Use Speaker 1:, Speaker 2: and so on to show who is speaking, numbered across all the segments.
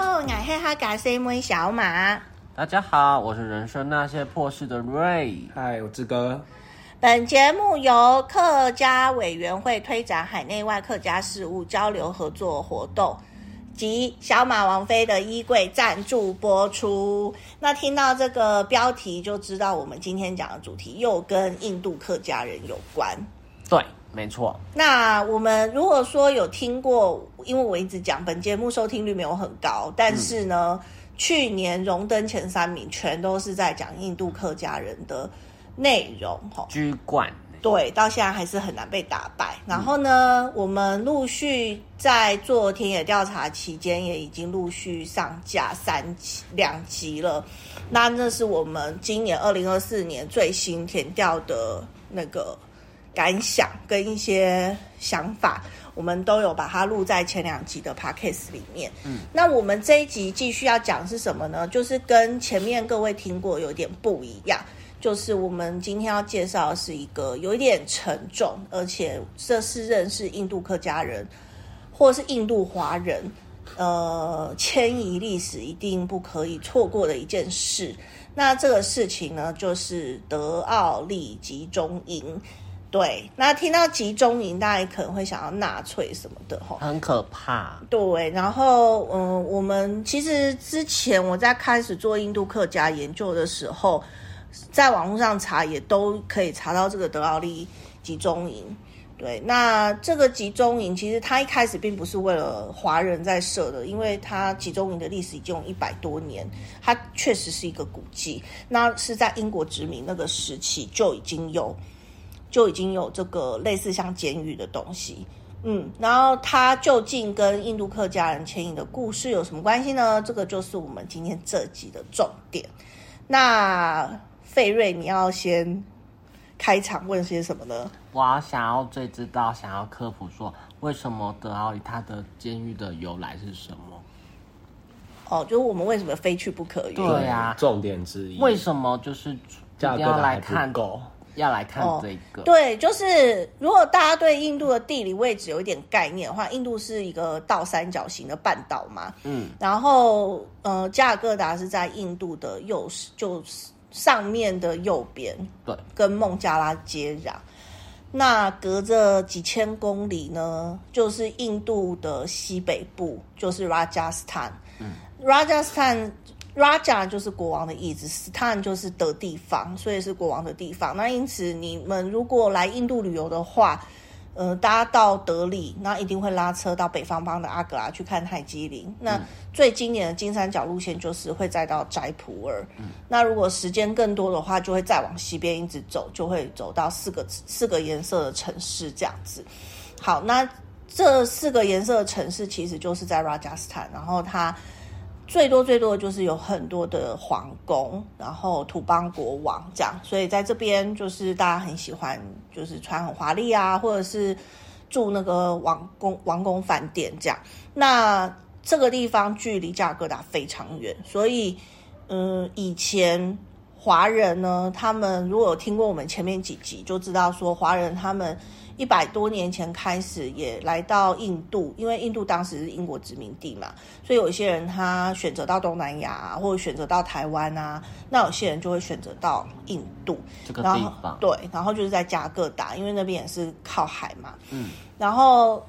Speaker 1: 哈嘎 C M 小马。
Speaker 2: 大家好，我是人生那些破事的瑞。
Speaker 3: 嗨，哎我志哥。
Speaker 1: 本节目由客家委员会推展海内外客家事务交流合作活动及小马王妃的衣柜赞助播出。那听到这个标题就知道，我们今天讲的主题又跟印度客家人有关。
Speaker 2: 对，没错，
Speaker 1: 那我们如果说有听过，因为我一直讲本节目收听率没有很高，但是呢，去年荣登前三名，全都是在讲印度客家人的内容，吼，
Speaker 2: 居冠。
Speaker 1: 对，到现在还是很难被打败。然后呢，我们陆续在做田野调查期间，也已经陆续上架三集、两集了。那那是我们今年二零二四年最新填调的那个感想跟一些想法，我们都有把它录在前两集的 podcast 里面。嗯，那我们这一集继续要讲是什么呢？就是跟前面各位听过有点不一样，就是我们今天要介绍的是一个有一点沉重，而且这是认识印度客家人或是印度华人。呃，迁移历史一定不可以错过的一件事。那这个事情呢，就是德奥利集中营。对，那听到集中营，大家可能会想到纳粹什么的哈。
Speaker 2: 很可怕。
Speaker 1: 对，然后嗯，我们其实之前我在开始做印度客家研究的时候，在网络上查也都可以查到这个德劳利集中营。对，那这个集中营其实它一开始并不是为了华人在设的，因为它集中营的历史已经有一百多年，它确实是一个古迹。那是在英国殖民那个时期就已经有就已经有这个类似像监狱的东西。嗯，然后它究竟跟印度客家人迁移的故事有什么关系呢？这个就是我们今天这集的重点。那费瑞，你要先开场问些什么呢？
Speaker 2: 我想要最知道，想要科普说为什么德奥里他的监狱的由来是什么？
Speaker 1: 哦，就是我们为什么非去不可？原因
Speaker 2: 对啊
Speaker 3: 重点之一。
Speaker 2: 为什么就是一
Speaker 3: 价
Speaker 2: 定
Speaker 3: 格
Speaker 2: 要
Speaker 3: 的
Speaker 2: 来
Speaker 3: 还不
Speaker 2: 看，
Speaker 3: 够？
Speaker 2: 要来看
Speaker 1: 哦
Speaker 2: 这个？
Speaker 1: 对，就是如果大家对印度的地理位置有一点概念的话，印度是一个倒三角形的半岛嘛。
Speaker 2: 嗯，
Speaker 1: 然后呃，加尔各答是在印度的右就是上面的右边，
Speaker 2: 对，
Speaker 1: 跟孟加拉接壤。那隔着几千公里呢，就是印度的西北部，就是 Rajasthan。嗯，Rajasthan。Raja 就是国王的意思，Stan 就是的地方，所以是国王的地方。那因此，你们如果来印度旅游的话，呃，大家到德里，那一定会拉车到北方邦的阿格拉去看泰姬陵。那最经典的金三角路线就是会再到斋普尔。那如果时间更多的话，就会再往西边一直走，就会走到四个四个颜色的城市这样子。好，那这四个颜色的城市其实就是在 Rajasthan，然后它最多最多的就是有很多的皇宫，然后土邦国王这样，所以在这边就是大家很喜欢，就是穿很华丽啊，或者是住那个王宫王宫饭店这样。那这个地方距离加尔各答非常远，所以嗯，以前华人呢，他们如果有听过我们前面几集，就知道说华人他们一百多年前开始也来到印度，因为印度当时是英国殖民地嘛，所以有一些人他选择到东南亚、啊、或者选择到台湾啊，那有些人就会选择到印度。
Speaker 2: 这个
Speaker 1: 然
Speaker 2: 地
Speaker 1: 后
Speaker 2: 方，
Speaker 1: 对，然后就是在加各达，因为那边也是靠海嘛。
Speaker 2: 嗯，
Speaker 1: 然后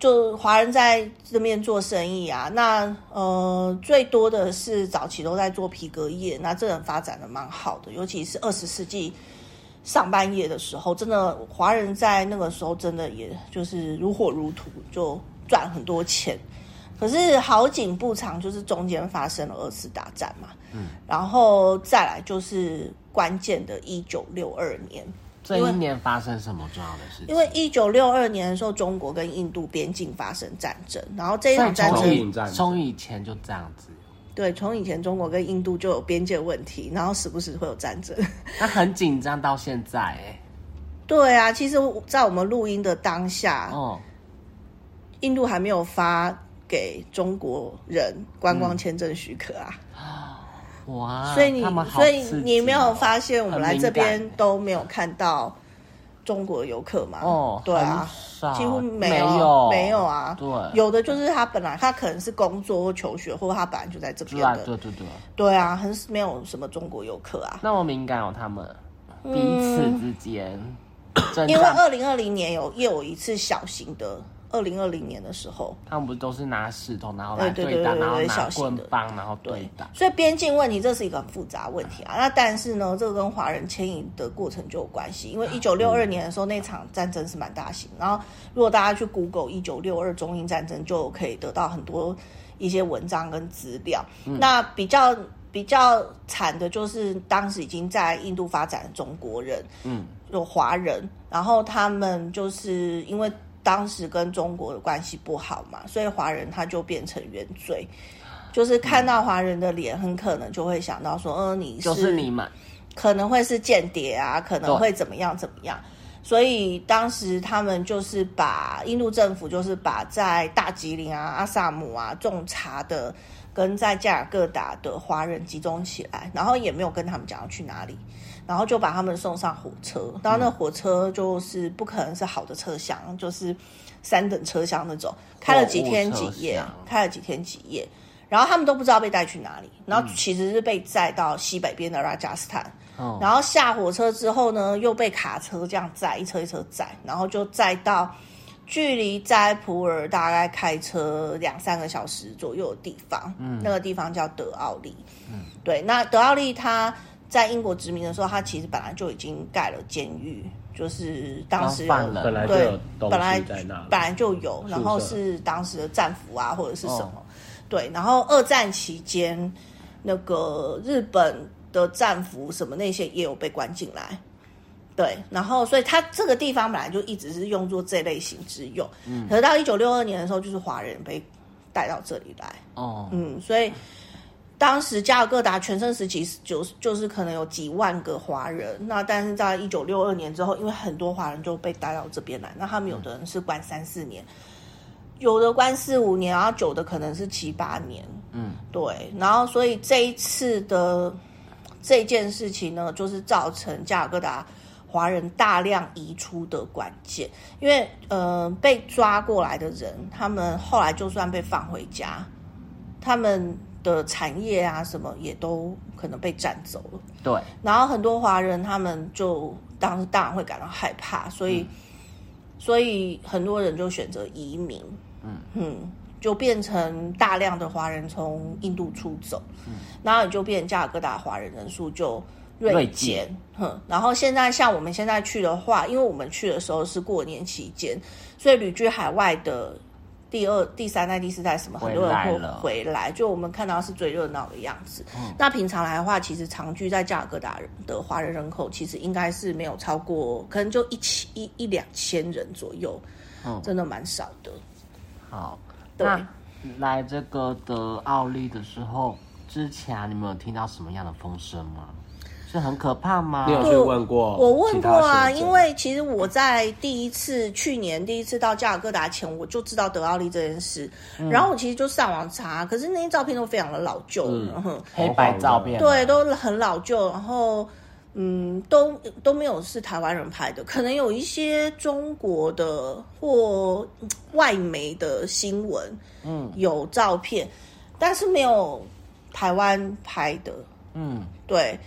Speaker 1: 就华人在这边做生意啊，那呃最多的是早期都在做皮革业，那这人发展的蛮好的，尤其是二十世纪上半叶的时候，真的华人在那个时候真的也就是如火如荼，就赚很多钱。可是好景不长，就是中间发生了二次大战嘛，嗯，然后再来就是关键的1962年，
Speaker 2: 这
Speaker 1: 因为
Speaker 2: 一年发生什么重要的事情？
Speaker 1: 因为一九六二年的时候，中国跟印度边境发生战争，然后这一场战
Speaker 2: 从
Speaker 1: 争，
Speaker 3: 以
Speaker 2: 以从以前就这样子，
Speaker 1: 对，从以前中国跟印度就有边界问题，然后时不时会有战争。
Speaker 2: 那很紧张到现在哎、
Speaker 1: 对啊，其实我在我们录音的当下，
Speaker 2: 哦，
Speaker 1: 印度还没有发给中国人观光签证许可啊，
Speaker 2: 哇，
Speaker 1: 所以你
Speaker 2: 嗯啊他们好
Speaker 1: 所以
Speaker 2: 刺
Speaker 1: 你
Speaker 2: 激
Speaker 1: 没有
Speaker 2: 哦
Speaker 1: 发现我们
Speaker 2: 很
Speaker 1: 来
Speaker 2: 敏
Speaker 1: 这边
Speaker 2: 感
Speaker 1: 都没有看到中国游客嘛？
Speaker 2: 哦，
Speaker 1: 对啊
Speaker 2: 很，少，
Speaker 1: 几乎
Speaker 2: 没
Speaker 1: 有，没
Speaker 2: 有
Speaker 1: 啊。
Speaker 2: 对，
Speaker 1: 有的就是他本来他可能是工作或求学，或他本来就在这
Speaker 2: 就
Speaker 1: 边
Speaker 2: 来，
Speaker 1: 的，
Speaker 2: 对对对。
Speaker 1: 对啊，很没有什么中国游客啊。
Speaker 2: 那么敏感哦，他们彼此之间，真
Speaker 1: 因为
Speaker 2: 的，
Speaker 1: 二零二零年有又有一次小型的，二零二零年的时候，
Speaker 2: 他们不都是拿石头然后来
Speaker 1: 对对
Speaker 2: 对打，
Speaker 1: 对对
Speaker 2: 然后
Speaker 1: 对
Speaker 2: 拿
Speaker 1: 小心
Speaker 2: 棍
Speaker 1: 的
Speaker 2: 棒然后对打，
Speaker 1: 所以边境问题这是一个很复杂的问题啊。那但是呢，这个跟华人迁移的过程就有关系，因为一九六二年的时候那场战争是蛮大型，然后如果大家去 Google 一九六二中英战争，就可以得到很多一些文章跟资料。那比较。比较惨的就是当时已经在印度发展的中国人，
Speaker 2: 嗯，
Speaker 1: 有华人，然后他们就是因为当时跟中国的关系不好嘛，所以华人他就变成原罪，就是看到华人的脸，很可能就会想到说，呃，你是
Speaker 2: 就是你们，
Speaker 1: 可能会是间谍啊，可能
Speaker 2: 对
Speaker 1: 会怎么样怎么样。所以当时他们就是把印度政府就是把在大吉林啊、阿萨姆啊种茶的跟在加尔各答的华人集中起来，然后也没有跟他们讲要去哪里，然后就把他们送上火车。然后那火车就是不可能是好的车厢，就是三等车厢那种，开了几天几夜
Speaker 2: 货物车厢，
Speaker 1: 开了几天几夜，然后他们都不知道被带去哪里，然后其实是被载到西北边的拉加斯坦。
Speaker 2: 嗯，
Speaker 1: 然后下火车之后呢，又被卡车这样载，一车一车载，然后就载到距离在普洱大概开车两三个小时左右的地方，嗯，那个地方叫德奥利，嗯，对，那德奥利它在英国殖民的时候，它其实本来就已经盖了监狱，就是当时有
Speaker 2: 当犯人
Speaker 3: 本来就
Speaker 1: 对
Speaker 3: 有东
Speaker 1: 本来
Speaker 3: 西在那
Speaker 1: 本
Speaker 3: 里，
Speaker 1: 来就有，然
Speaker 3: 宿
Speaker 1: 后
Speaker 3: 舍
Speaker 1: 是当时的战俘啊或者是什么，
Speaker 2: 哦
Speaker 1: 对，然后二战期间那个日本的战俘什么那些也有被关进来。对，然后所以它这个地方本来就一直是用作这类型之用，
Speaker 3: 嗯
Speaker 1: 可是到一九六二年的时候，就是华人被带到这里来，
Speaker 2: 哦，
Speaker 1: 嗯，所以当时加尔各答全盛时期是就是就是可能有几万个华人，那但是在一九六二年之后，因为很多华人就被带到这边来，那他们有的人是关三四年，有的关四五年，然后久的可能是七八年，
Speaker 2: 嗯，
Speaker 1: 对，然后所以这一次的这件事情呢，就是造成加尔各答华人大量移出的关键，因为呃被抓过来的人，他们后来就算被放回家，他们的产业啊什么也都可能被占走了。
Speaker 2: 对，
Speaker 1: 然后很多华人他们就当当然会感到害怕，所以、所以很多人就选择移民，嗯就变成大量的华人从印度出走，嗯，然后也就变成加尔各答华人人数就锐
Speaker 2: 锐
Speaker 1: 减
Speaker 2: 减，
Speaker 1: 哼，然后现在像我们现在去的话，因为我们去的时候是过年期间，所以旅居海外的。第二、第三代、第四代什么，很多人
Speaker 2: 回
Speaker 1: 会
Speaker 2: 来了
Speaker 1: 回来，就我们看到是最热闹的样子。那平常来的话，其实常居在加尔各答的华人人口，其实应该是没有超过，可能就一千一一两千人左右，
Speaker 2: 嗯
Speaker 1: 真的蛮少的。
Speaker 2: 好，
Speaker 1: 对
Speaker 2: 那来这个德奥利的时候之前啊，你们有听到什么样的风声吗？是很可怕吗
Speaker 3: 你？有去问过？
Speaker 1: 我问过啊，因为其实我在第一次去年第一次到加尔各答前，我就知道德奥利这件事，
Speaker 2: 嗯
Speaker 1: 然后我其实就上网查，可是那些照片都非常的老旧，
Speaker 2: 嗯
Speaker 1: 嗯然后
Speaker 2: 黑白照片，
Speaker 1: 对，，都很老旧，然后嗯，都都没有是台湾人拍的，可能有一些中国的或嗯外媒的新闻，嗯，有照片，但是没有台湾拍的，
Speaker 2: 嗯，
Speaker 1: 对。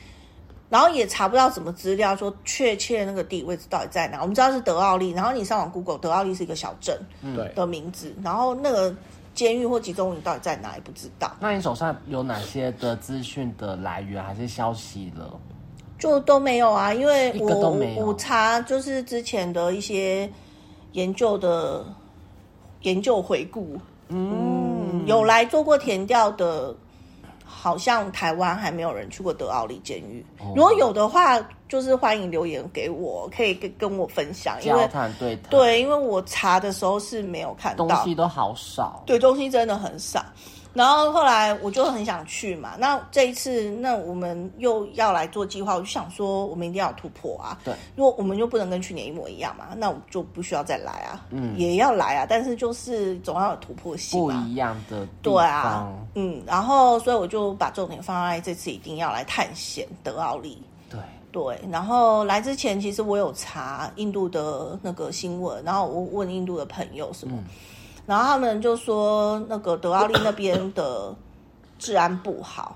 Speaker 1: 然后也查不到什么资料说确切那个地理位置到底在哪。我们知道是德奥利，然后你上网 Google，德奥利是一个小镇
Speaker 3: 对，
Speaker 1: 的名字，然后那个监狱或集中营到底在哪也不知道。
Speaker 2: 那你手上有哪些的资讯的来源还是消息了？
Speaker 1: 就都没有啊，因为
Speaker 2: 一
Speaker 1: 我
Speaker 2: 个都没有
Speaker 1: 我查就是之前的一些研究的研究回顾，嗯，有来做过填调的，好像台湾还没有人去过德奥利监狱。
Speaker 2: 哦
Speaker 1: 如果有的话，就是欢迎留言给我，可以跟跟我分享，因
Speaker 2: 交
Speaker 1: 为
Speaker 2: 谈对谈，，
Speaker 1: 对，因为我查的时候是没有看到
Speaker 2: 东西都好少，
Speaker 1: 对，东西真的很少。然后后来我就很想去嘛，那这一次那我们又要来做计划，我就想说我们一定要有突破啊。
Speaker 2: 对，
Speaker 1: 如果我们就不能跟去年一模一样嘛，那我们就不需要再来啊。嗯，也要来啊，但是就是总要有突破性
Speaker 2: 不
Speaker 1: 啊。
Speaker 2: 一样的地
Speaker 1: 对啊
Speaker 2: 方，，
Speaker 1: 嗯，然后所以我就把重点放在这次一定要来探险德奥利。
Speaker 2: 对，
Speaker 1: 对，然后来之前其实我有查印度的那个新闻，然后我问印度的朋友什么，
Speaker 2: 嗯
Speaker 1: 然后他们就说那个德奥利那边的治安不好，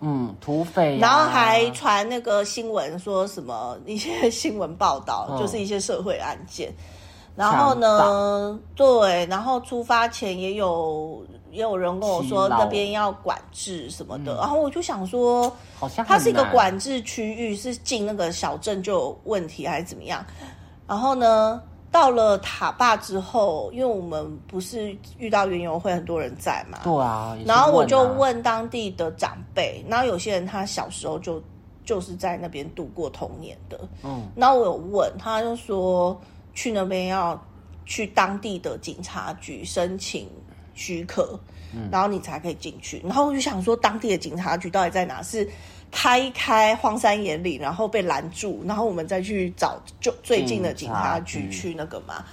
Speaker 2: 嗯，土匪、啊，
Speaker 1: 然后还传那个新闻说什么一些新闻报道，
Speaker 2: 嗯
Speaker 1: 就是一些社会案件。然后呢，对，然后出发前也有也有人跟我说
Speaker 2: 疲劳嗯
Speaker 1: 那边要管制什么的，然后我就想说，
Speaker 2: 好像
Speaker 1: 它是一个
Speaker 2: 很难
Speaker 1: 管制区域，是进那个小镇就有问题还是怎么样？然后呢，到了塔坝之后，因为我们不是遇到园游会很多人在嘛，
Speaker 2: 对啊，也是
Speaker 1: 然后我
Speaker 2: 啊
Speaker 1: 就，问当地的长辈，然后有些人他小时候就就是在那边度过童年的，
Speaker 2: 嗯，
Speaker 1: 然后我有问，他就说去那边要去当地的警察局申请许可，然后你才可以进去。然后我就想说，当地的警察局到底在哪？是开一开荒山野岭，然后被拦住，然后我们再去找就最近的警察局
Speaker 2: 警察局
Speaker 1: 去那个嘛？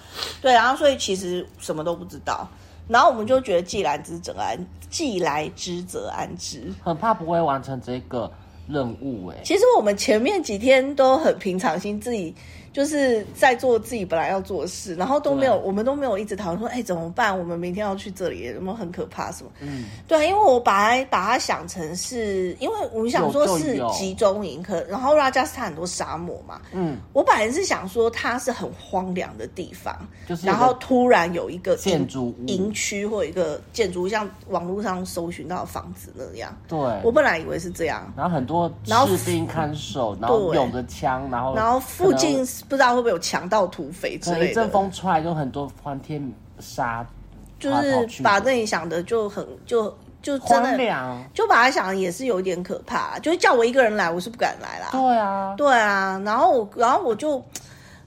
Speaker 1: 对，然后所以其实什么都不知道。然后我们就觉得既来之则安，既来之则安之。
Speaker 2: 很怕不会完成这个任务哎、
Speaker 1: 其实我们前面几天都很平常心，自己就是在做自己本来要做的事，然后都没有，我们都没有一直讨论说，哎、怎么办？我们明天要去这里，有没有很可怕什么？嗯，对啊，因为我把它把它想成是，因为我们想说
Speaker 2: 有就是有
Speaker 1: 集中营，可然后拉加斯坦很多沙漠嘛，
Speaker 2: 嗯，
Speaker 1: 我本来是想说它是很荒凉的地方，
Speaker 2: 就是有
Speaker 1: 然
Speaker 2: 个
Speaker 1: 后突然有一个
Speaker 2: 建筑物
Speaker 1: 营营区或一个建筑物，像网络上搜寻到的房子那样，
Speaker 2: 对，
Speaker 1: 我本来以为是这样。
Speaker 2: 然后很多
Speaker 1: 然后
Speaker 2: 士兵看守，然后
Speaker 1: 对
Speaker 2: 用着枪，然后
Speaker 1: 然后附近
Speaker 2: 哦可能
Speaker 1: 不知道会不会有强盗、土匪之
Speaker 2: 可能
Speaker 1: 类
Speaker 2: 一阵
Speaker 1: 的，
Speaker 2: 风出来，就很多欢天杀，
Speaker 1: 就
Speaker 2: 跑来跑
Speaker 1: 是
Speaker 2: 去
Speaker 1: 把
Speaker 2: 的
Speaker 1: 那里想的就很就就真
Speaker 2: 荒
Speaker 1: 的
Speaker 2: 凉，
Speaker 1: 就把它想的也是有点可怕，就是叫我一个人来，我是不敢来啦。
Speaker 2: 对啊，
Speaker 1: 对啊，然后我然后我就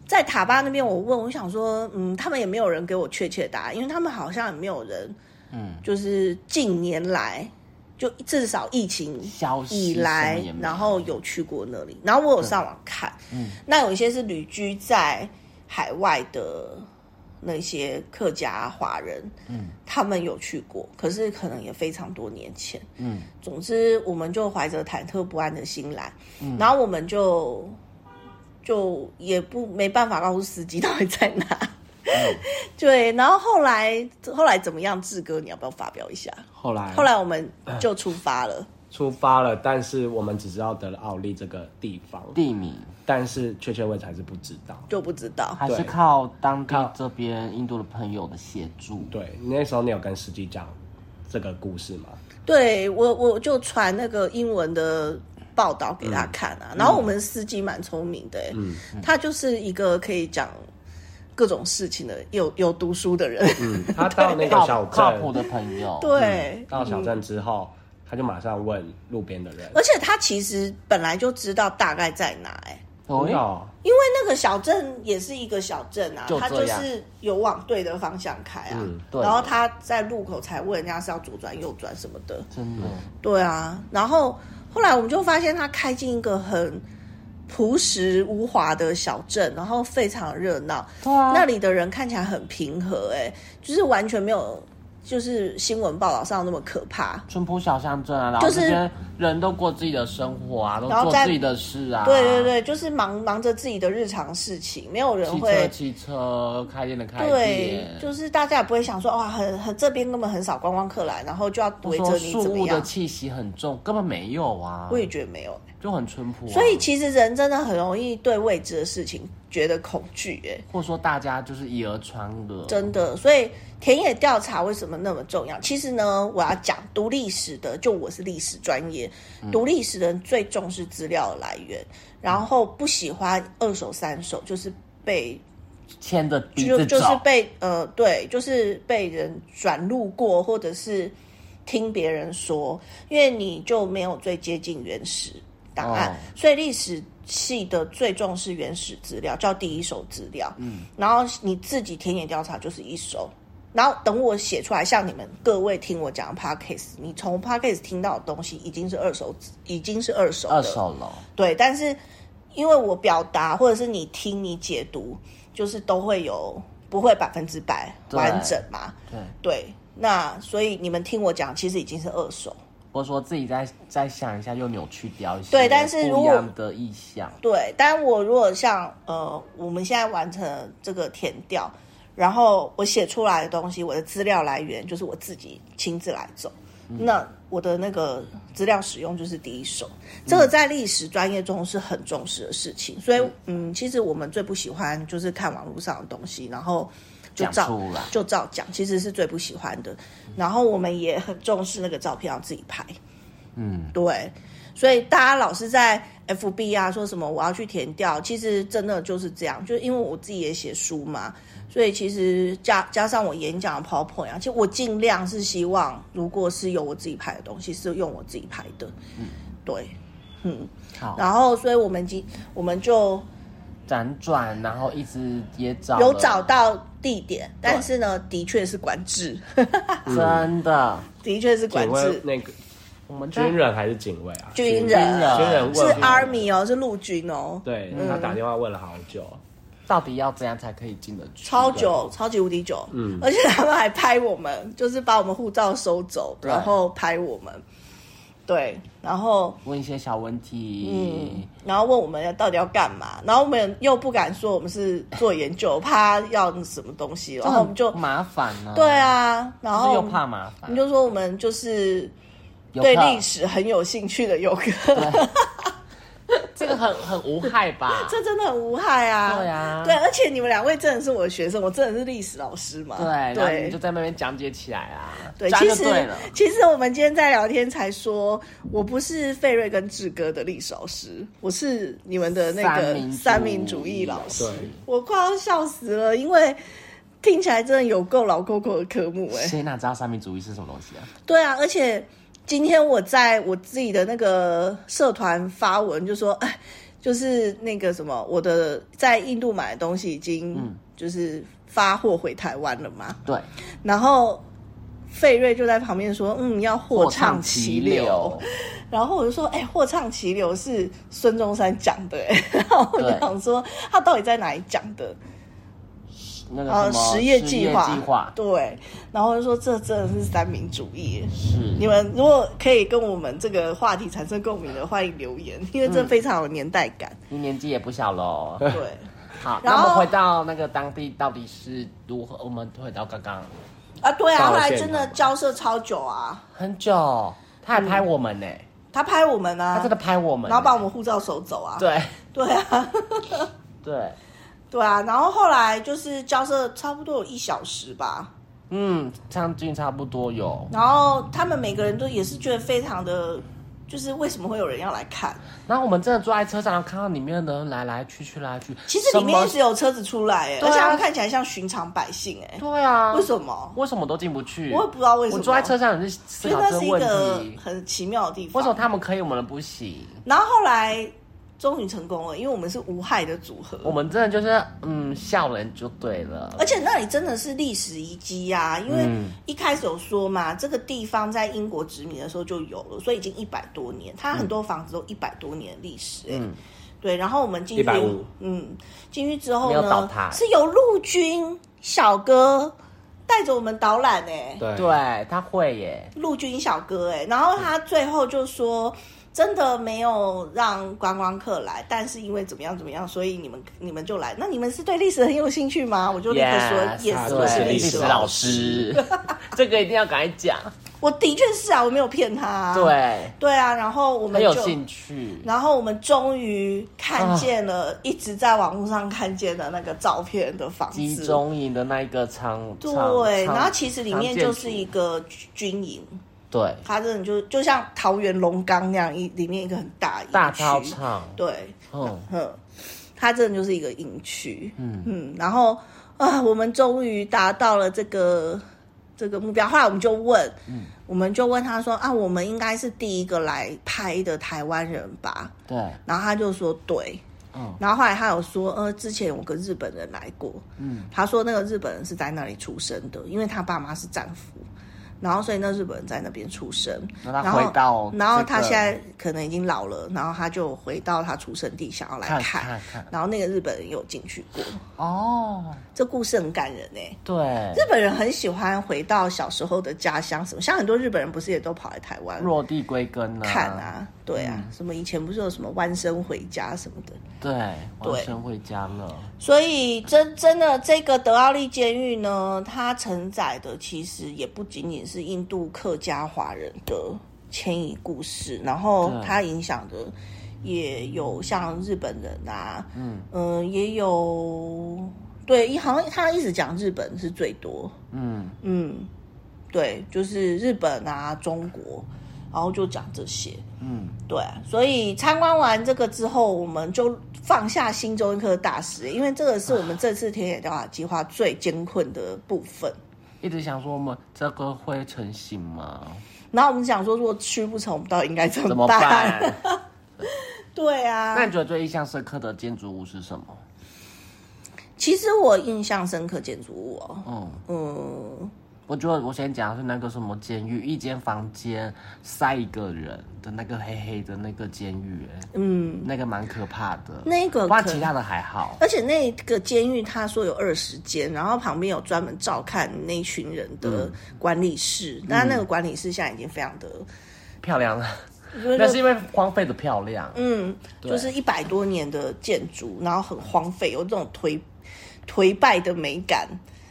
Speaker 1: 在塔巴那边，我问我想说，嗯，他们也没有人给我确切答案，因为他们好像也没有人，
Speaker 2: 嗯，
Speaker 1: 就是近年来就至少疫情
Speaker 2: 消息
Speaker 1: 以
Speaker 2: 什么
Speaker 1: 来
Speaker 2: 也，没
Speaker 1: 然后有去过那里，然后我有上网看，嗯，那有一些是旅居在海外的那些客家华人，嗯，他们有去过，可是可能也非常多年前，
Speaker 2: 嗯，
Speaker 1: 总之我们就怀着忐忑不安的心来，然后我们就就也不没办法告诉司机到底在哪。 对，然后后来后来怎么样？志哥，你要不要发表一下？
Speaker 3: 后来
Speaker 1: 后来我们就出发了。
Speaker 3: 出发了，但是我们只知道德奥利这个地方，
Speaker 2: 地名
Speaker 3: 但是确切位置还是不知道。
Speaker 1: 就不知道。
Speaker 2: 还是
Speaker 3: 对
Speaker 2: 靠当地这边印度的朋友的协助，
Speaker 3: 对，那时候你有跟司机讲这个故事吗？
Speaker 1: 对我，我就传那个英文的报道给他看啊。然后我们司机蛮聪明的、欸，他就是一个可以讲各种事情的，有有读书的人。
Speaker 3: 嗯，他到那个
Speaker 2: 靠
Speaker 3: 小
Speaker 2: 靠谱
Speaker 3: 镇，
Speaker 2: 的朋 友，
Speaker 1: 对，
Speaker 3: 到小镇之后，他就马上问路边的人，
Speaker 1: 而且他其实本来就知道大概在哪、欸，
Speaker 2: 哦，
Speaker 3: 真的哦
Speaker 1: 因为那个小镇也是一个小镇啊，
Speaker 2: 就
Speaker 1: 他
Speaker 2: 这
Speaker 1: 就
Speaker 2: 样
Speaker 1: 是有往对的方向开啊。
Speaker 3: 嗯
Speaker 2: 对
Speaker 1: 然后他在路口才问人家是要左转右转什么的。
Speaker 2: 真的，
Speaker 1: 对啊，然后后来我们就发现他开进一个很朴实无华的小镇，然后非常热闹，
Speaker 2: 对啊，
Speaker 1: 那里的人看起来很平和、哎，就是完全没有就是新闻报道上那么可怕。
Speaker 2: 淳朴小乡镇啊，然后
Speaker 1: 就是
Speaker 2: 这边人都过自己的生活啊，都
Speaker 1: 然后
Speaker 2: 做
Speaker 1: 在
Speaker 2: 自己的事啊，
Speaker 1: 对对，对，就是忙忙着自己的日常事情，没有人
Speaker 2: 骑
Speaker 1: 会
Speaker 2: 车骑车，开店的开
Speaker 1: 对，
Speaker 2: 店，
Speaker 1: 就是大家也不会想说哇，很很这边根本很少观光客来，然后就要
Speaker 2: 我
Speaker 1: 围着
Speaker 2: 说
Speaker 1: 你
Speaker 2: 树
Speaker 1: 怎么
Speaker 2: 木的
Speaker 1: 样？
Speaker 2: 气息很重，根本没有啊，
Speaker 1: 我也觉得没有、哎
Speaker 2: 就很淳朴啊、
Speaker 1: 所以其实人真的很容易对未知的事情觉得恐惧、哎。
Speaker 2: 或者说大家就是以讹传讹，
Speaker 1: 真的，所以田野调查为什么那么重要？其实呢，我要讲读历史的，就我是历史专业，
Speaker 2: 嗯
Speaker 1: 读历史的人最重视资料的来源，然后不喜欢二手三手，就是被
Speaker 2: 牵着鼻
Speaker 1: 就
Speaker 2: 子
Speaker 1: 就是
Speaker 2: 走，
Speaker 1: 被呃对，就是被人转录过，或者是听别人说，因为你就没有最接近原始档案，
Speaker 2: 哦
Speaker 1: 所以历史系的最重视原始资料，叫第一手资料。嗯，然后你自己田野调查就是一手。然后等我写出来，像你们各位听我讲的 podcast，你从 podcast 听到的东西已经是二手，已经是二手的
Speaker 2: 二手楼，
Speaker 1: 对，但是因为我表达或者是你听你解读，就是都会有不会百分之百
Speaker 2: 对
Speaker 1: 完整嘛。
Speaker 2: 对，
Speaker 1: 对，那所以你们听我讲，其实已经是二手，
Speaker 2: 或者说自己再再想一下，又扭曲掉一些
Speaker 1: 对但是如
Speaker 2: 不一
Speaker 1: 果
Speaker 2: 样的意象，
Speaker 1: 对，但我如果像呃，我们现在完成了这个填调，然后我写出来的东西，我的资料来源就是我自己亲自来走，
Speaker 2: 嗯
Speaker 1: 那我的那个资料使用就是第一手，这个在历史专业中是很重视的事情，所以嗯，其实我们最不喜欢就是看网络上的东西，然后。就
Speaker 2: 讲
Speaker 1: 照
Speaker 2: 出来
Speaker 1: 就照讲，其实是最不喜欢的。然后我们也很重视那个照片要自己拍，
Speaker 2: 嗯，
Speaker 1: 对，所以大家老是在 FB 啊说什么我要去填掉，其实真的就是这样，就是因为我自己也写书嘛，所以其实加加上我演讲的 PowerPoint 啊，其实我尽量是希望，如果是有我自己拍的东西，是用我自己拍的，对，嗯，
Speaker 2: 好，
Speaker 1: 然后所以我们今我们就
Speaker 2: 辗转，然后一直也找
Speaker 1: 有
Speaker 2: 了
Speaker 1: 找，到地点，但是呢，的确是管制，
Speaker 2: 真的
Speaker 1: 的确是管
Speaker 3: 警卫
Speaker 1: 制，
Speaker 3: 那个
Speaker 2: 我们在
Speaker 3: 军人还是警卫啊？
Speaker 1: 军
Speaker 2: 人
Speaker 1: 人
Speaker 3: 军人
Speaker 1: 是
Speaker 3: 问我
Speaker 1: Army 哦，是陆军哦，
Speaker 3: 对他打电话问了好久，
Speaker 2: 到底要怎样才可以进得去？
Speaker 1: 超久，超级无敌久，嗯，而且他们还拍我们，就是把我们护照收走，
Speaker 2: 对
Speaker 1: 然后拍我们，对，然后
Speaker 2: 问一些小问题，
Speaker 1: 嗯，然后问我们要到底要干嘛，然后我们又不敢说我们是做研究，怕要什么东西，
Speaker 2: 这
Speaker 1: 然
Speaker 2: 很
Speaker 1: 后我们就
Speaker 2: 麻烦呢、
Speaker 1: 对，啊，然
Speaker 2: 就是
Speaker 1: 后
Speaker 2: 又怕麻烦，
Speaker 1: 你就说我们就是
Speaker 2: 有
Speaker 1: 对
Speaker 2: 怕
Speaker 1: 历史很有兴趣的游客，
Speaker 2: 这个很很无害吧？
Speaker 1: 这真的很无害啊，
Speaker 2: 对啊
Speaker 1: 对，而且你们两位真的是我的学生，我真的是历史老师嘛，
Speaker 2: 对，然后你就在那边讲解起来啊，
Speaker 1: 对，
Speaker 2: 这
Speaker 1: 其
Speaker 2: 样
Speaker 1: 实
Speaker 2: 就对了。
Speaker 1: 其实我们今天在聊天才说，我不是费瑞跟志哥的历史老师，我是你们的那
Speaker 2: 三
Speaker 1: 个
Speaker 2: 民
Speaker 1: 三民主义老师
Speaker 3: 对，，
Speaker 1: 我快要笑死了，因为听起来真的有够老扣扣的科目哎、
Speaker 2: 谁哪知道三民主义是什么东西啊？
Speaker 1: 对啊，而且今天我在我自己的那个社团发文，就说，哎，就是那个什么，我的在印度买的东西已经就是发货回台湾了嘛，
Speaker 2: 对，
Speaker 1: 然后费瑞就在旁边说：“嗯，要货唱其流。，然后我就说：“哎、货唱其流是孙中山讲的、哎，然后我就
Speaker 2: 对
Speaker 1: 想说，他到底在哪里讲的？
Speaker 2: 那个
Speaker 1: 然后
Speaker 2: 呃什么
Speaker 1: 呃业
Speaker 2: 计
Speaker 1: 计
Speaker 2: 划，计划
Speaker 1: 对。然后我就说，这真的是三民主义。你
Speaker 2: 是
Speaker 1: 们如果可以跟我们这个话题产生共鸣的，欢迎留言，因为
Speaker 2: 嗯
Speaker 1: 这非常有年代感。
Speaker 2: 你年纪也不小喽。
Speaker 1: 对，
Speaker 2: 好，
Speaker 1: 然
Speaker 2: 那
Speaker 1: 后
Speaker 2: 我们回到那个当地到底是如何？我们回到刚刚
Speaker 1: 啊，对啊，
Speaker 3: 到了
Speaker 1: 后来
Speaker 3: 现
Speaker 1: 真的
Speaker 3: 场吧
Speaker 1: 交涉超久啊，
Speaker 2: 很久，他还拍我们呢、
Speaker 1: 他拍我们
Speaker 2: 他
Speaker 1: 啊
Speaker 2: 真的，拍我们、
Speaker 1: 然后把我们护照收走啊。
Speaker 2: 对
Speaker 1: 对啊。”
Speaker 2: 对，
Speaker 1: 对啊，然后后来就是交涉差不多有一小时吧，
Speaker 2: 嗯，将近差不多有。
Speaker 1: 然后他们每个人都也是觉得非常的，就是为什么会有人要来看？
Speaker 2: 然后我们真的坐在车上，然后看到里面的人来来去去来去，
Speaker 1: 其实里面一直
Speaker 2: 什
Speaker 1: 有车子出来、哎、
Speaker 2: 对啊
Speaker 1: 而且他们看起来像寻常百姓、哎
Speaker 2: 么，对啊，
Speaker 1: 为什么？
Speaker 2: 为什么都进不去？
Speaker 1: 我也不知道为什
Speaker 2: 我
Speaker 1: 么。
Speaker 2: 坐在车上也是思
Speaker 1: 所以
Speaker 2: 考
Speaker 1: 那
Speaker 2: 这
Speaker 1: 是
Speaker 2: 个
Speaker 1: 一
Speaker 2: 问
Speaker 1: 个
Speaker 2: 题，
Speaker 1: 很奇妙的地
Speaker 2: 为什么
Speaker 1: 方。
Speaker 2: 他们可以，我们不行？
Speaker 1: 然后后来终于成功了，因为我们是无害的组合。
Speaker 2: 我们真的就是嗯笑人就对了
Speaker 1: 而，且那里真的是历史遗迹呀、因为
Speaker 2: 嗯
Speaker 1: 一开始有说嘛，这个地方在英国殖民的时候就有了，所以已经一百多年，它很多房子都一百多年的历史、欸。
Speaker 2: 嗯
Speaker 1: 对，然后我们进去
Speaker 3: 150，
Speaker 1: 嗯，进去之后
Speaker 2: 没有倒
Speaker 1: 呢
Speaker 2: 塌，
Speaker 1: 是由陆军小哥带着我们导览欸诶、
Speaker 3: 对
Speaker 2: 对他会耶，
Speaker 1: 陆军小哥哎、然后他最后就说，真的没有让观光客来，但是因为怎么样怎么样，所以你们你们就来。那你们是对历史很有兴趣吗？我就立刻说
Speaker 2: Yes，
Speaker 1: yes，
Speaker 2: 对
Speaker 1: 我是
Speaker 2: 历
Speaker 1: 历
Speaker 2: 史
Speaker 1: 史
Speaker 2: 老
Speaker 1: 老
Speaker 2: 师， 这个一定要赶快讲，
Speaker 1: 我的确是啊，我没有骗他、啊。
Speaker 2: 对，
Speaker 1: 对啊，然后我们
Speaker 2: 很有
Speaker 1: 就。
Speaker 2: 兴趣，
Speaker 1: 然后我们终于看见了，一直在网络上看见的那个照片的房
Speaker 2: 集
Speaker 1: 子，
Speaker 2: 中营的那一个仓，
Speaker 1: 对，
Speaker 2: 仓
Speaker 1: 然后其实里面就是一
Speaker 2: 仓建
Speaker 1: 个军营，
Speaker 2: 筑对
Speaker 1: 它真的就就像桃园龙岗那样，一里面一个很大的营
Speaker 2: 大
Speaker 1: 区
Speaker 2: 操场，
Speaker 1: 对，
Speaker 2: 嗯，
Speaker 1: 哼，它真的就是一个营区，嗯嗯，然后啊，我们终于达到了这个这个目标，后来我们就问，嗯，我们就问他说啊，我们应该是第一个来拍的台湾人吧？
Speaker 2: 对，
Speaker 1: 然后他就说对，
Speaker 2: 嗯
Speaker 1: 然后后来他有说，呃，之前有个日本人来过，嗯，他说那个日本人是在那里出生的，因为他爸妈是战俘，然后所以那日本人在那边出生，
Speaker 2: 那他
Speaker 1: 然后
Speaker 2: 回到
Speaker 1: 然后
Speaker 2: 这
Speaker 1: 他
Speaker 2: 个
Speaker 1: 现在可能已经老了，然后他就回到他出生地想要来
Speaker 2: 看
Speaker 1: 看，
Speaker 2: 看看
Speaker 1: 然后那个日本人有进去过，
Speaker 2: 哦，
Speaker 1: 这故事很感人哎、
Speaker 2: 对，
Speaker 1: 日本人很喜欢回到小时候的家乡，什么像很多日本人不是也都跑来台湾
Speaker 2: 落地归根啊，嗯
Speaker 1: 看，啊，对啊，什么以前不是有什么弯生回家什么的，
Speaker 2: 对，
Speaker 1: 对
Speaker 2: 完全回家了，
Speaker 1: 所以真真的这个德奥利监狱呢，它承载的其实也不仅仅是印度客家华人的迁移故事，然后
Speaker 2: 对
Speaker 1: 它影响的也有像日本人啊，嗯嗯、也有对，好像他一直讲日本是最多，
Speaker 2: 嗯，
Speaker 1: 嗯，对，就是日本啊、中国，然后就讲这些。
Speaker 2: 嗯，
Speaker 1: 对，啊所以参观完这个之后，我们就放下心中一颗大石，因为这个是我们这次田野调查计划最艰困的部分。
Speaker 2: 一直想说我们这个会成型吗？
Speaker 1: 然后我们想说，如果去不成，我们到底应该怎
Speaker 2: 怎么办？
Speaker 1: 对啊，
Speaker 2: 那你觉得最印象深刻的建筑物是什么？
Speaker 1: 其实我印象深刻建筑物哦，
Speaker 2: 嗯，
Speaker 1: 嗯，
Speaker 2: 我觉得我先讲的是那个什么监狱，一间房间塞一个人的那个黑黑的那个监狱、哎
Speaker 1: 嗯，
Speaker 2: 那个蛮可怕的。
Speaker 1: 那个
Speaker 2: 不然
Speaker 1: 可
Speaker 2: 其他的还好。
Speaker 1: 而且那个监狱他说有二十间，然后旁边有专门照看那群人的
Speaker 2: 嗯
Speaker 1: 管理室，但那个管理室现在已经非常的，
Speaker 2: 漂亮 了，
Speaker 1: 就是
Speaker 2: 那是因为荒废的漂亮。
Speaker 1: 嗯，就是一百多年的建筑，然后很荒废，有这种颓颓败的美感。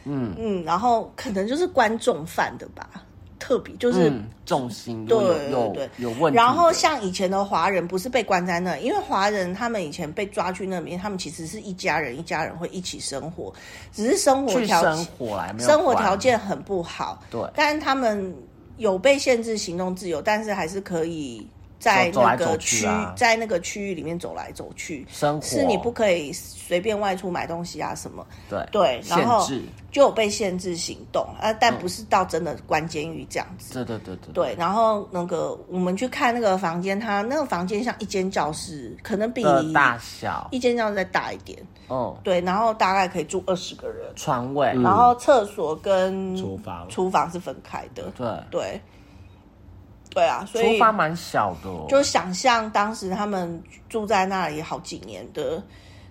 Speaker 1: 嗯嗯，然后可能就是观众犯的吧，特别就是。
Speaker 2: 嗯，重心
Speaker 1: 对
Speaker 2: 有
Speaker 1: 对
Speaker 2: 有
Speaker 1: 对
Speaker 2: 有问题的。
Speaker 1: 然后像以前的华人不是被关在那，因为华人他们以前被抓去那边，他们其实是一家人，一家人会一起生活，只是生活
Speaker 2: 去
Speaker 1: 条
Speaker 2: 生活来，没有
Speaker 1: 生活
Speaker 2: 管
Speaker 1: 条件很不好，
Speaker 2: 对
Speaker 1: 但是他们有被限制行动自由，但是还是可以在
Speaker 2: 走走
Speaker 1: 那
Speaker 2: 来
Speaker 1: 个
Speaker 2: 走
Speaker 1: 区，
Speaker 2: 去啊
Speaker 1: 在那个区域里面走来走去，
Speaker 2: 生活
Speaker 1: 是你不可以随便外出买东西啊什么，
Speaker 2: 对
Speaker 1: 对，然后
Speaker 2: 限制，
Speaker 1: 就有被限制行动啊，但不是到真的关监狱这样子。
Speaker 2: 对对对对
Speaker 1: 对，然后那个我们去看那个房间，它那个房间像一间教室，可能比
Speaker 2: 的呃大小，
Speaker 1: 一间教室再大一点，
Speaker 2: 嗯，
Speaker 1: 对，然后大概可以住二十个人，
Speaker 2: 床位，
Speaker 1: 然后厕所跟
Speaker 3: 厨房
Speaker 1: 厨房是分开的，
Speaker 2: 对，
Speaker 1: 对，对啊，所
Speaker 2: 嗯厨
Speaker 1: 以
Speaker 2: 房蛮小的哦，
Speaker 1: 就想象当时他们住在那里好几年的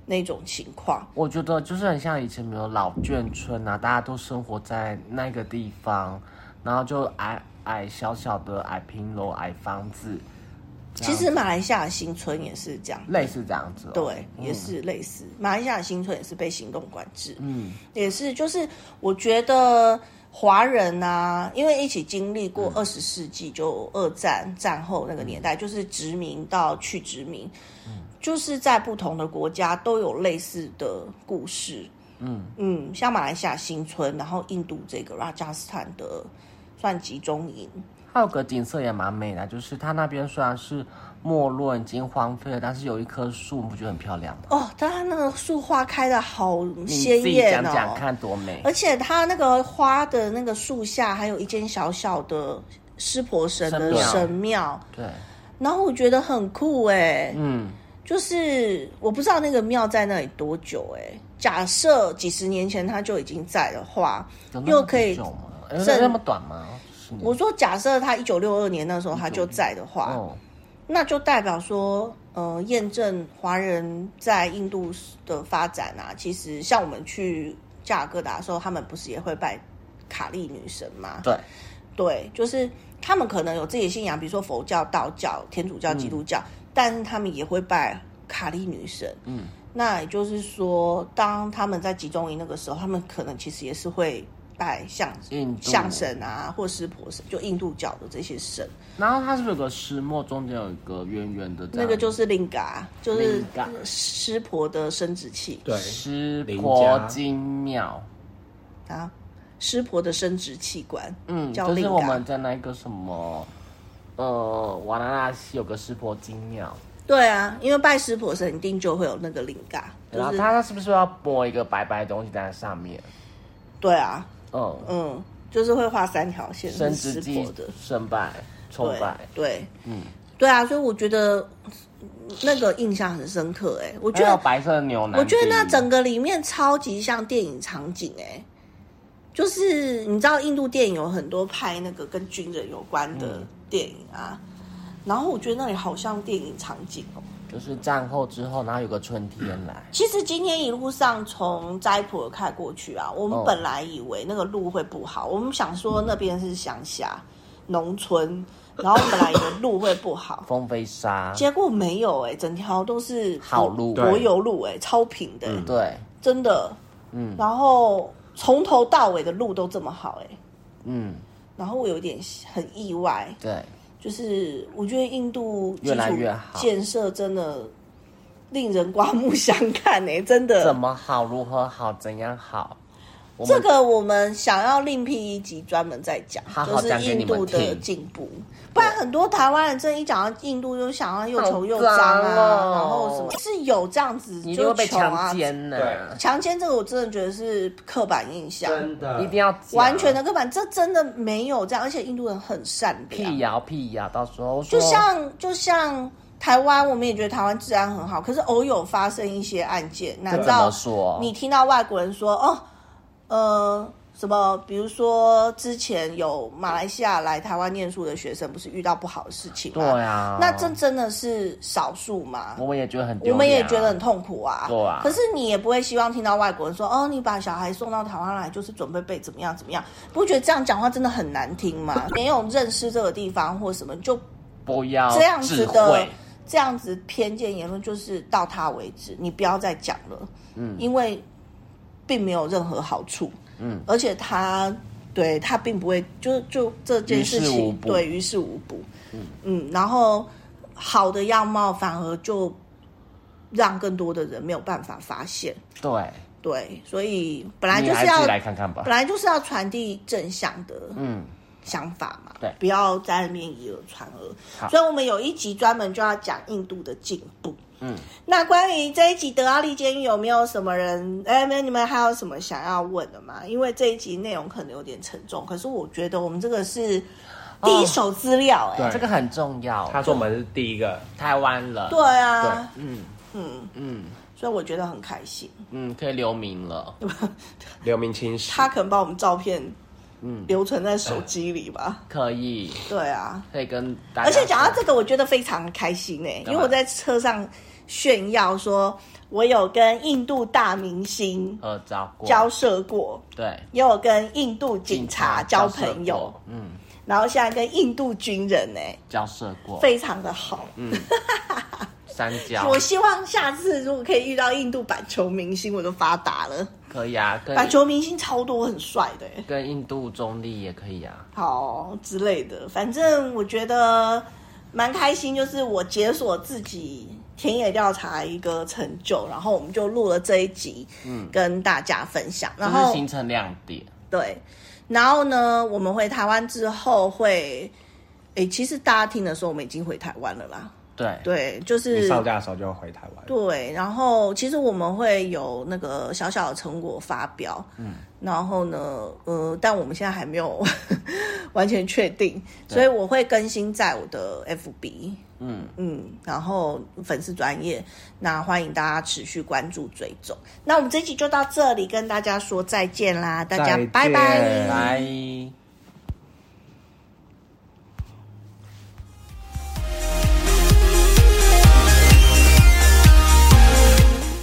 Speaker 1: 那种情况，
Speaker 2: 我觉得就是很像以前没有老眷村啊，大家都生活在那个地方，然后就矮矮小小的矮平楼、矮房子，这
Speaker 1: 其
Speaker 2: 样
Speaker 1: 实马来西亚的新村也是这样。
Speaker 2: 类似这样子、哦。
Speaker 1: 对，
Speaker 2: 嗯
Speaker 1: 也是类似，马来西亚的新村也是被行动管制，
Speaker 2: 嗯，
Speaker 1: 也是就是我觉得华人啊，因为一起经历
Speaker 2: 嗯
Speaker 1: 过二十世纪就二战战后那个年代，就是殖民到去殖民，
Speaker 2: 嗯
Speaker 1: 就是在不同的国家都有类似的故事。嗯嗯，像马来西亚新村，然后印度这个拉加斯坦的算集中营，
Speaker 2: 还有个景色也蛮美的，就是它那边虽然是没落已经荒废了，但是有一棵树，你不觉得很漂亮吗？
Speaker 1: 哦，它那个树花开的好鲜
Speaker 2: 你自己
Speaker 1: 艳
Speaker 2: 讲
Speaker 1: 哦，
Speaker 2: 讲看多美
Speaker 1: 而。且它那个花的那个树下，还有一间小小的湿婆神
Speaker 2: 神
Speaker 1: 的
Speaker 2: 庙
Speaker 1: 神庙，
Speaker 2: 对，
Speaker 1: 然后我觉得很酷哎、
Speaker 2: 嗯，
Speaker 1: 就是我不知道那个庙在那里多久哎、假设几十年前它就已经在的话，
Speaker 2: 有那
Speaker 1: 又
Speaker 2: 么
Speaker 1: 可以
Speaker 2: 久吗？有
Speaker 1: 正
Speaker 2: 那么短吗？是
Speaker 1: 我说假设它一九六二年那时候它就在的话，
Speaker 2: 哦，
Speaker 1: 那就代表说，呃，验证华人在印度的发展啊。其实像我们去加尔各答的时候，他们不是也会拜卡利女神吗？
Speaker 2: 对，
Speaker 1: 对，就是他们可能有自己的信仰，比如说佛教、道教、天主教、基督教，但是他们也会拜卡利女神。
Speaker 2: 嗯，
Speaker 1: 那也就是说，当他们在集中营那个时候，他们可能其实也是会拜象
Speaker 2: 印度
Speaker 1: 象神啊，或湿婆神，就印度教的这些神。
Speaker 2: 然后它是不是有个石磨，中间有一个圆圆的这
Speaker 1: 那
Speaker 2: 样？
Speaker 1: 个就是令嘎，就是
Speaker 2: Lingga
Speaker 1: 湿婆的生殖器
Speaker 3: 对，
Speaker 2: 湿
Speaker 3: 邻
Speaker 2: 婆
Speaker 3: 家
Speaker 2: 精妙，
Speaker 1: 啊，湿婆的生殖器官，
Speaker 2: 嗯，
Speaker 1: 叫
Speaker 2: 就是
Speaker 1: Lingga
Speaker 2: 我们在那个什么，呃，瓦拉纳西有个湿婆精妙，
Speaker 1: 对啊，因为拜湿婆神一定就会有那个令嘎，就
Speaker 2: 然后
Speaker 1: 是
Speaker 2: 啊他是不是要播一个白白的东西在上面？
Speaker 1: 对啊，
Speaker 2: 嗯，
Speaker 1: 嗯，就是会画三条线
Speaker 2: 生
Speaker 1: 是湿
Speaker 2: 殖
Speaker 1: 婆
Speaker 2: 器
Speaker 1: 的，
Speaker 2: 胜败崇
Speaker 1: 对
Speaker 2: 拜，
Speaker 1: 对，嗯，对啊，所以我觉得那个印象很深刻、哎，我觉
Speaker 2: 还有
Speaker 1: 得
Speaker 2: 白色的牛腩，
Speaker 1: 我觉得那整个里面超级像电影场景、哎。就是你知道印度电影有很多拍那个跟军人有关的电影啊，然后我觉得那里好像电影场景哦。
Speaker 2: 就是战后之后，然后有个春天来，
Speaker 1: 其实今天一路上从斋普尔开过去啊，我们
Speaker 2: 哦，
Speaker 1: 本来以为那个路会不好，我们想说那边是乡下、农村，然后本来以为路会不好
Speaker 2: 风飞沙，
Speaker 1: 结果没有哎、整条都是
Speaker 2: 好路
Speaker 1: 柏油路哎、超平的、欸
Speaker 2: 对，
Speaker 1: 真的，
Speaker 2: 嗯
Speaker 1: 然后从头到尾的路都这么好哎、
Speaker 2: 嗯，
Speaker 1: 然后我有点很意外，
Speaker 2: 对，
Speaker 1: 就是我觉得印度基
Speaker 2: 越来
Speaker 1: 础
Speaker 2: 越好
Speaker 1: 建设真的令人刮目相看哎、真的
Speaker 2: 怎么好，如何好，怎样好，我
Speaker 1: 这
Speaker 2: 们
Speaker 1: 个我们想要另辟一集专门再讲，
Speaker 2: 好好
Speaker 1: 就是
Speaker 2: 讲给
Speaker 1: 印
Speaker 2: 你们
Speaker 1: 度的
Speaker 2: 听
Speaker 1: 进步。不然很多台湾人这一讲到印度，就想要又穷又脏
Speaker 2: 好
Speaker 1: 啊，
Speaker 2: 脏哦
Speaker 1: 然后什么是有这样子
Speaker 2: 你一定
Speaker 1: 就
Speaker 2: 会被
Speaker 1: 穷啊
Speaker 2: 强。奸呢、
Speaker 3: 对
Speaker 1: 强奸这个我真的觉得是刻板印象，
Speaker 3: 真的
Speaker 2: 一定要讲
Speaker 1: 完全的刻板，这真的没有这样，而且印度人很善
Speaker 2: 辟
Speaker 1: 良，
Speaker 2: 谣辟谣，到时候
Speaker 1: 啊就
Speaker 2: 说
Speaker 1: 像就像。台湾，我们也觉得台湾治安很好，可是偶有发生一些案件，难
Speaker 2: 怎
Speaker 1: 道
Speaker 2: 么说，
Speaker 1: 你听到外国人说哦，呃，什么，比如说之前有马来西亚来台湾念书的学生，不是遇到不好的事情
Speaker 2: 对
Speaker 1: 吗？
Speaker 2: 啊，
Speaker 1: 那这真的是少数吗？
Speaker 2: 我们也觉得很丢
Speaker 1: 我们也
Speaker 2: 脸啊
Speaker 1: 觉得很痛苦啊，
Speaker 2: 对啊
Speaker 1: 可是你也不会希望听到外国人说，哦，你把小孩送到台湾来，就是准备被怎么样怎么样，不觉得这样讲话真的很难听 吗？没有认识这个地方或什么，就
Speaker 2: 不要
Speaker 1: 这样子
Speaker 2: 智
Speaker 1: 的
Speaker 2: 慧
Speaker 1: 这样子偏见言论，就是到他为止，你不要再讲了，嗯，因为并没有任何好处，
Speaker 2: 嗯，
Speaker 1: 而且他对他并不会，就就这件事
Speaker 2: 于事无
Speaker 1: 情
Speaker 2: 补
Speaker 1: 对于事无补，嗯然后好的样貌反而就让更多的人没有办法发现，
Speaker 2: 对，
Speaker 1: 对，所以本来
Speaker 2: 你
Speaker 1: 就是
Speaker 2: 还
Speaker 1: 要
Speaker 2: 是来看看吧
Speaker 1: 本。来就是要传递正向的，
Speaker 2: 嗯，
Speaker 1: 想法嘛，
Speaker 2: 对
Speaker 1: 不要在那边以讹传讹。
Speaker 2: 好
Speaker 1: 所以我们有一集专门就要讲印度的进步。
Speaker 2: 嗯，
Speaker 1: 那关于这一集德奥利监狱有没有什么人？哎，没，你们还有什么想要问的吗？因为这一集内容可能有点沉重，可是我觉得我们这个是第
Speaker 2: 哦
Speaker 1: 一手资料、哎、
Speaker 3: 对
Speaker 2: 这个很重要。
Speaker 3: 他说我
Speaker 1: 哦
Speaker 3: 们是第一个，
Speaker 2: 台湾人，
Speaker 1: 对啊，
Speaker 2: 嗯
Speaker 1: 嗯，
Speaker 2: 嗯
Speaker 1: 所以我觉得很开心。
Speaker 2: 嗯，可以留名了。
Speaker 3: 刘明清史
Speaker 1: 他可能把我们照片
Speaker 2: 嗯，
Speaker 1: 留存在手机里吧。
Speaker 2: 可以，
Speaker 1: 对啊，
Speaker 2: 可以跟大家。
Speaker 1: 而且讲到这个，我觉得非常开心呢、因
Speaker 2: 干嘛
Speaker 1: 为我在车上炫耀说，我有跟印度大明星
Speaker 2: 合照过，
Speaker 1: 交涉过，
Speaker 2: 对
Speaker 1: 也有跟印度警察交朋
Speaker 2: 交涉
Speaker 1: 友
Speaker 2: 过，嗯，
Speaker 1: 然后现在跟印度军人呢、
Speaker 2: 交涉过，
Speaker 1: 非常的好。
Speaker 2: 三角
Speaker 1: 我希望下次如果可以遇到印度板球明星，我就发达了。
Speaker 2: 可以啊，跟
Speaker 1: 板球明星超多，很帅的、欸，
Speaker 2: 跟印度中立也可以啊。
Speaker 1: 好之类的。反正我觉得蛮开心，就是我解锁自己田野调查一个成就，然后我们就录了这一集，嗯，跟大家分享。然
Speaker 2: 就是
Speaker 1: 后
Speaker 2: 形成亮点，
Speaker 1: 对，然后呢，我们回台湾之后会，诶，其实大家听的时候，我们已经回台湾了啦。
Speaker 2: 对，
Speaker 1: 对，就是
Speaker 3: 一上架的时候就回台湾，
Speaker 1: 对，然后其实我们会有那个小小的成果发表，嗯，然后呢，呃，但我们现在还没有 完全确定，所以我会更新在我的 FB，
Speaker 2: 嗯，
Speaker 1: 嗯，然后粉丝专业，那欢迎大家持续关注追踪。那我们这期就到这里，跟大家说再见啦，大家
Speaker 3: 再
Speaker 1: 拜拜，
Speaker 3: 见
Speaker 2: 拜。